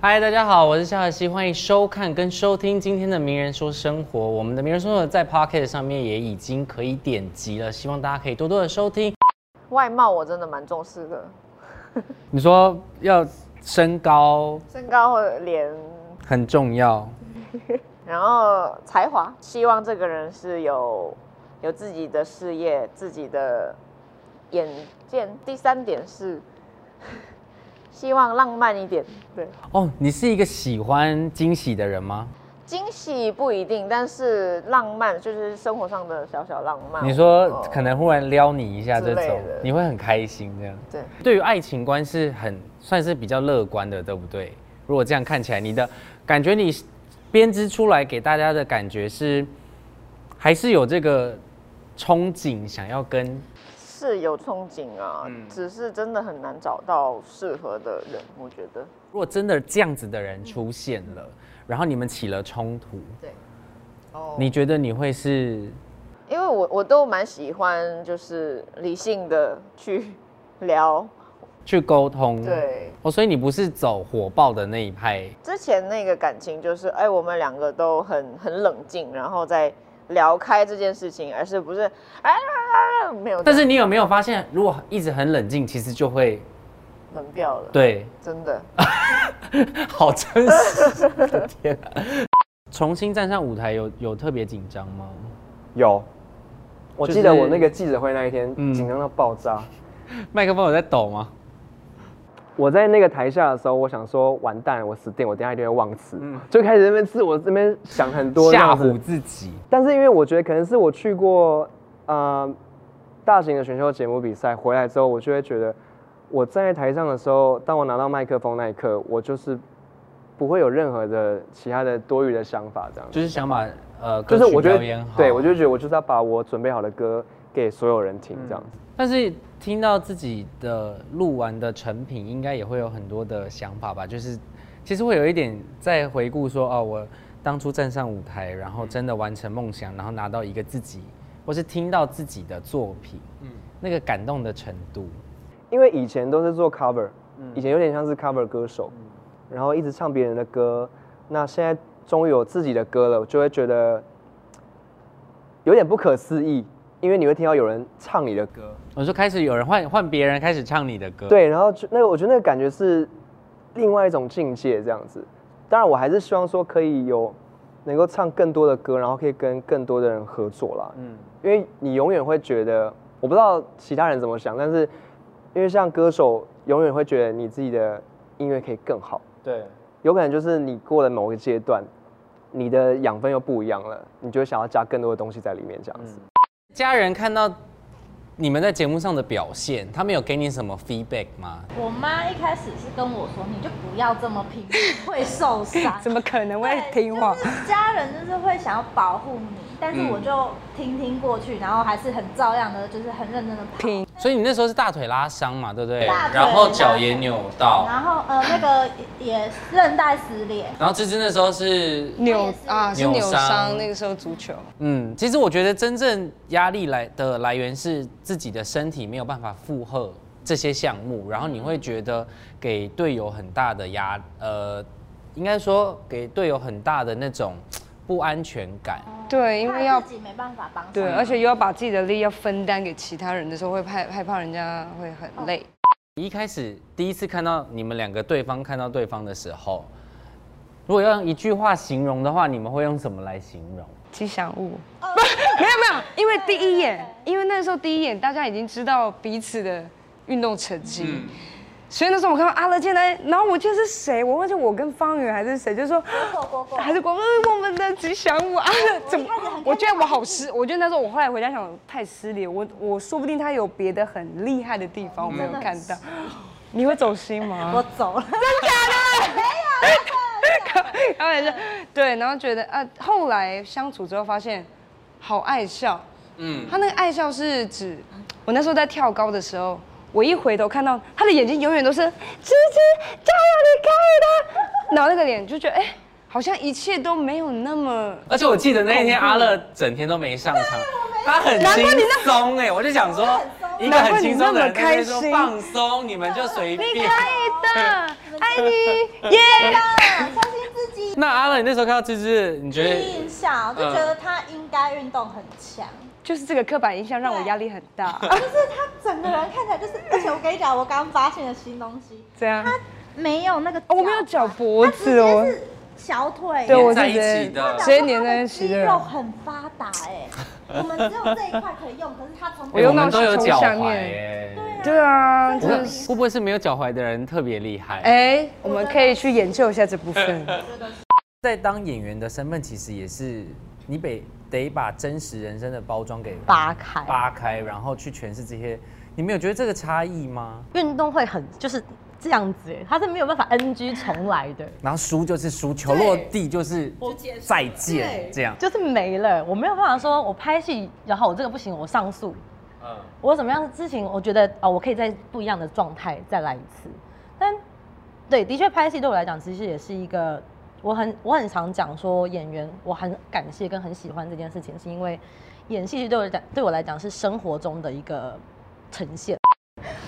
嗨，大家好，我是夏小希，欢迎收看跟收听今天的《名人说生活》。我们的《名人说生活》在 Pocket 上面也已经可以点击了，希望大家可以多多的收听。外貌我真的蛮重视的，你说要身高身高或者脸，很重要，然后才华，希望这个人是有有自己的事业、自己的眼见。第三点是， 希望浪漫一点。对，哦，你是一个喜欢惊喜的人吗？惊喜不一定，但是浪漫就是生活上的小小浪漫。你说哦可能忽然撩你一下这之类种的，你会很开心这样。对，对于爱情观是很算是比较乐观的，对不对？如果这样看起来，你的感觉你编织出来给大家的感觉是，还是有这个憧憬，想要跟是有憧憬啊，只是真的很难找到适合的人，我觉得。如果真的这样子的人出现了，然后你们起了冲突，对，哦你觉得你会是因为我我都蛮喜欢，就是理性的去 聊。去沟通？，对，哦，所以你不是走火爆的那一派，之前那个感情就是，哎，我们两个都很很冷静，然后再聊开这件事情，而是不是哎、啊没有，但是你有没有发现，如果一直很冷静，其实就会冷掉了，对真的。好真实，天啊！重新站上舞台有有特别紧张吗？有，我就记得是我那个记者会那一天嗯紧张到爆炸。麦克风有在抖吗？我在那个台下的时候，我想说完蛋了，我死定了，我等一下一定会忘词，就开始在那边自我这边想很多这吓样子唬自己。但是因为我觉得可能是我去过呃大型的选秀节目比赛回来之后，我就会觉得我站在台上的时候，当我拿到麦克风那一刻，我就是不会有任何的其他的多余的想法，这样子。就是想把呃就歌是曲我觉表演得好，，对我就觉得我就是要把我准备好的歌给所有人听，这样子。但是听到自己的录完的成品，应该也会有很多的想法吧？就是其实会有一点在回顾说，哦，我当初站上舞台，然后真的完成梦想，然后拿到一个自己，或是听到自己的作品，嗯，那个感动的程度，因为以前都是做 cover，、以前有点像是 cover 歌手，然后一直唱别人的歌。那现在终于有自己的歌了，我就会觉得有点不可思议，因为你会听到有人唱你的歌，我说开始有人换换别人开始唱你的歌，对，然后就那个我觉得那个感觉是另外一种境界这样子。当然，我还是希望说可以有能够唱更多的歌，然后可以跟更多的人合作啦。嗯，因为你永远会觉得，我不知道其他人怎么想，但是因为像歌手，永远会觉得你自己的音乐可以更好。对，有可能就是你过了某个阶段，你的养分又不一样了，你就会想要加更多的东西在里面这样子。家人看到你们在节目上的表现，他们有给你什么 feedback 吗？我妈一开始是跟我说，你就不要这么拼，会受 伤。 怎么可能会对听话？就是家人就是会想要保护你，但是我就听听过去，然后还是很照样的，就是很认真的跑。拼所以你那时候是大腿拉伤嘛，对不对？大腿然后脚也扭到，然后呃，那个也韧带撕裂，然后芝芝那时候是，扭啊，是扭扭伤伤。那个时候足球，嗯，其实我觉得真正压力来的来源是自己的身体没有办法负荷这些项目，然后你会觉得给队友很大的压，呃，应该说给队友很大的那种嘖不安全感。对，因为要怕自己没办法帮上。对，而且又要把自己的力要分担给其他人的时候，会害害怕人家会哦很累。你一开始第一次看到你们两个对方看到对方的时候，如果要用一句话形容的话，你们会用什么来形容？吉祥物， 没有没有，因为第一眼，因为那时候第一眼大家已经知道彼此的运动成绩，所以那时候我看到阿乐进来，然后我就是谁，我忘记我跟方圆还是谁，就 说果果果还是果果，嗯我们的吉祥物 阿乐怎我一么开始很看？我觉得我好失，我觉得那时候我后来回家想太失礼，我我说不定他有别的很厉害的地方我没有看到，你会走心吗？我 走了。开玩笑，对，然后觉得啊，后来相处之后发现，好爱笑，嗯，他那个爱笑是指我那时候在跳高的时候，我一回头看到他的眼睛永远都是芝芝加油，你可以的，然后那个脸就觉得哎、好像一切都没有那么，而且我记得那一天阿乐整天都没上 场，他很轻松哎，我就想说一个很轻松的人在那边说啊难怪你那么开放心松，你们就随便。 可以的，爱你，耶！相信自己。那阿乐，你那时候看到芝芝，你觉第得一印象就觉得他应该运动很 强，就是这个刻板印象让我压力很大。就是他整个人看起来就是，而且我跟你讲，我刚发现的新东西，这样，他没有那个、哦我没有绞脖子他哦直接是小腿，对我在是一觉得起的他直接粘在一起肌的肉人。很发达哎、我们只有这一块可以用，可是他从 我用哎我们到都有胸脚下踝面耶、对啊，我就看是会不会是没有脚踝的人特别厉害？哎，我们可以去研究一下这部分。在当演员的身份，其实也是你得得把真实人生的包装给扒开。扒开，然后去诠释这些。你们有觉得这个差异吗？运动会很就是这样子，他是没有办法 NG 重来的，然后输就是输，球落地就是再见，这样。就是没了。我没有办法说我拍戏，然后我这个不行，我上诉。嗯，我怎么样的事情，我觉得哦，我可以在不一样的状态再来一次。但对，的确拍戏对我来讲，其实也是一个我很我很常讲说演员，我很感谢跟很喜欢这件事情，是因为演戏对我来讲对我来讲是生活中的一个呈现。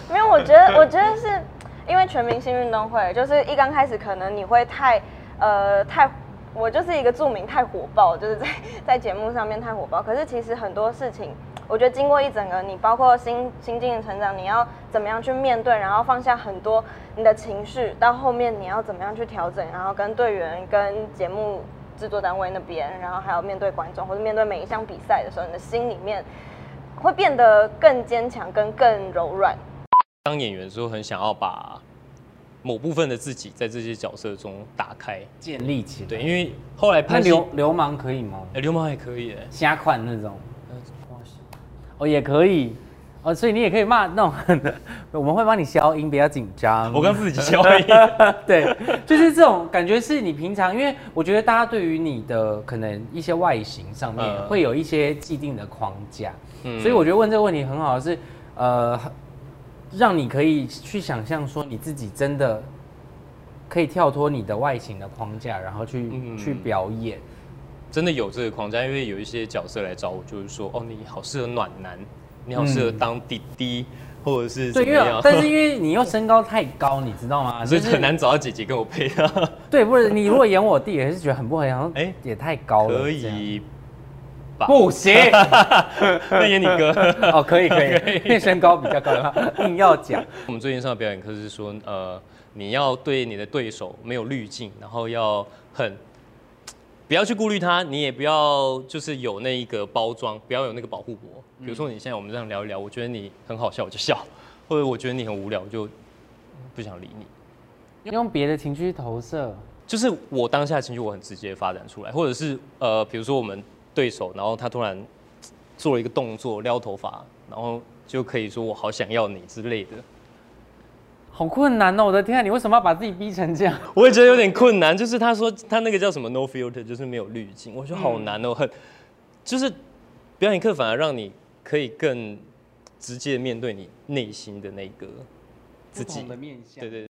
没有，我觉得，我觉得是因为全明星运动会，就是一刚开始可能你会太，呃，太，我就是一个著名太火爆，就是在在节目上面太火爆。可是其实很多事情，我觉得经过一整个你包括心心境的成长，你要怎么样去面对，然后放下很多你的情绪，到后面你要怎么样去调整，然后跟队员、跟节目制作单位那边，然后还有面对观众或者面对每一项比赛的时候，你的心里面会变得更坚强跟更柔软。当演员的时候，很想要把某部分的自己在这些角色中打开。建立起来。对，因为后来那拍戏流流氓可以吗？哎流氓还可 以哎，瞎款那种。呃哦，也可以。哦，所以你也可以骂那种很，我们会帮你消音，不要紧张。我刚自己笑 对，就是这种感觉，是你平常，因为我觉得大家对于你的可能一些外形上面嗯会有一些既定的框架，嗯所以我觉得问这个问题很好的是，呃，让你可以去想象说你自己真的可以跳脱你的外形的框架，然后去、嗯去表演。真的有这个框架，因为有一些角色来找我，就是说哦，你好适合暖男，你好适合当弟弟，或者是嗯对，怎因么为样，但是因为你又身高太高，你知道吗？ 所以就是很难找到姐姐跟我配啊。对，不然你如果演我弟，也是觉得很不合，然后哎哎也太高了，可这样以，不行。那演你哥。 哦，可以可以，因为身高比较高的话， 硬要讲。我们最近上的表演课是说，呃，你要对你的对手没有滤镜，然后要很不要去顾虑他，你也不要就是有那一个包装，不要有那个保护膜。比如说你现在我们这样聊一聊，我觉得你很好笑，我就笑；或者我觉得你很无聊，我就不想理你。用别的情绪投射，就是我当下的情绪我很直接发展出来，或者是呃，比如说我们对手，然后他突然嘖做了一个动作撩头发，然后就可以说我好想要你之类的。好困难哦！我的天啊，你为什么要把自己逼成这样？我也觉得有点困难，就是他说他那个叫什么 no filter，就是没有滤镜，我觉得好难哦，很就是表演课反而让你可以更直接地面对你内心的那个自己，面相对对对。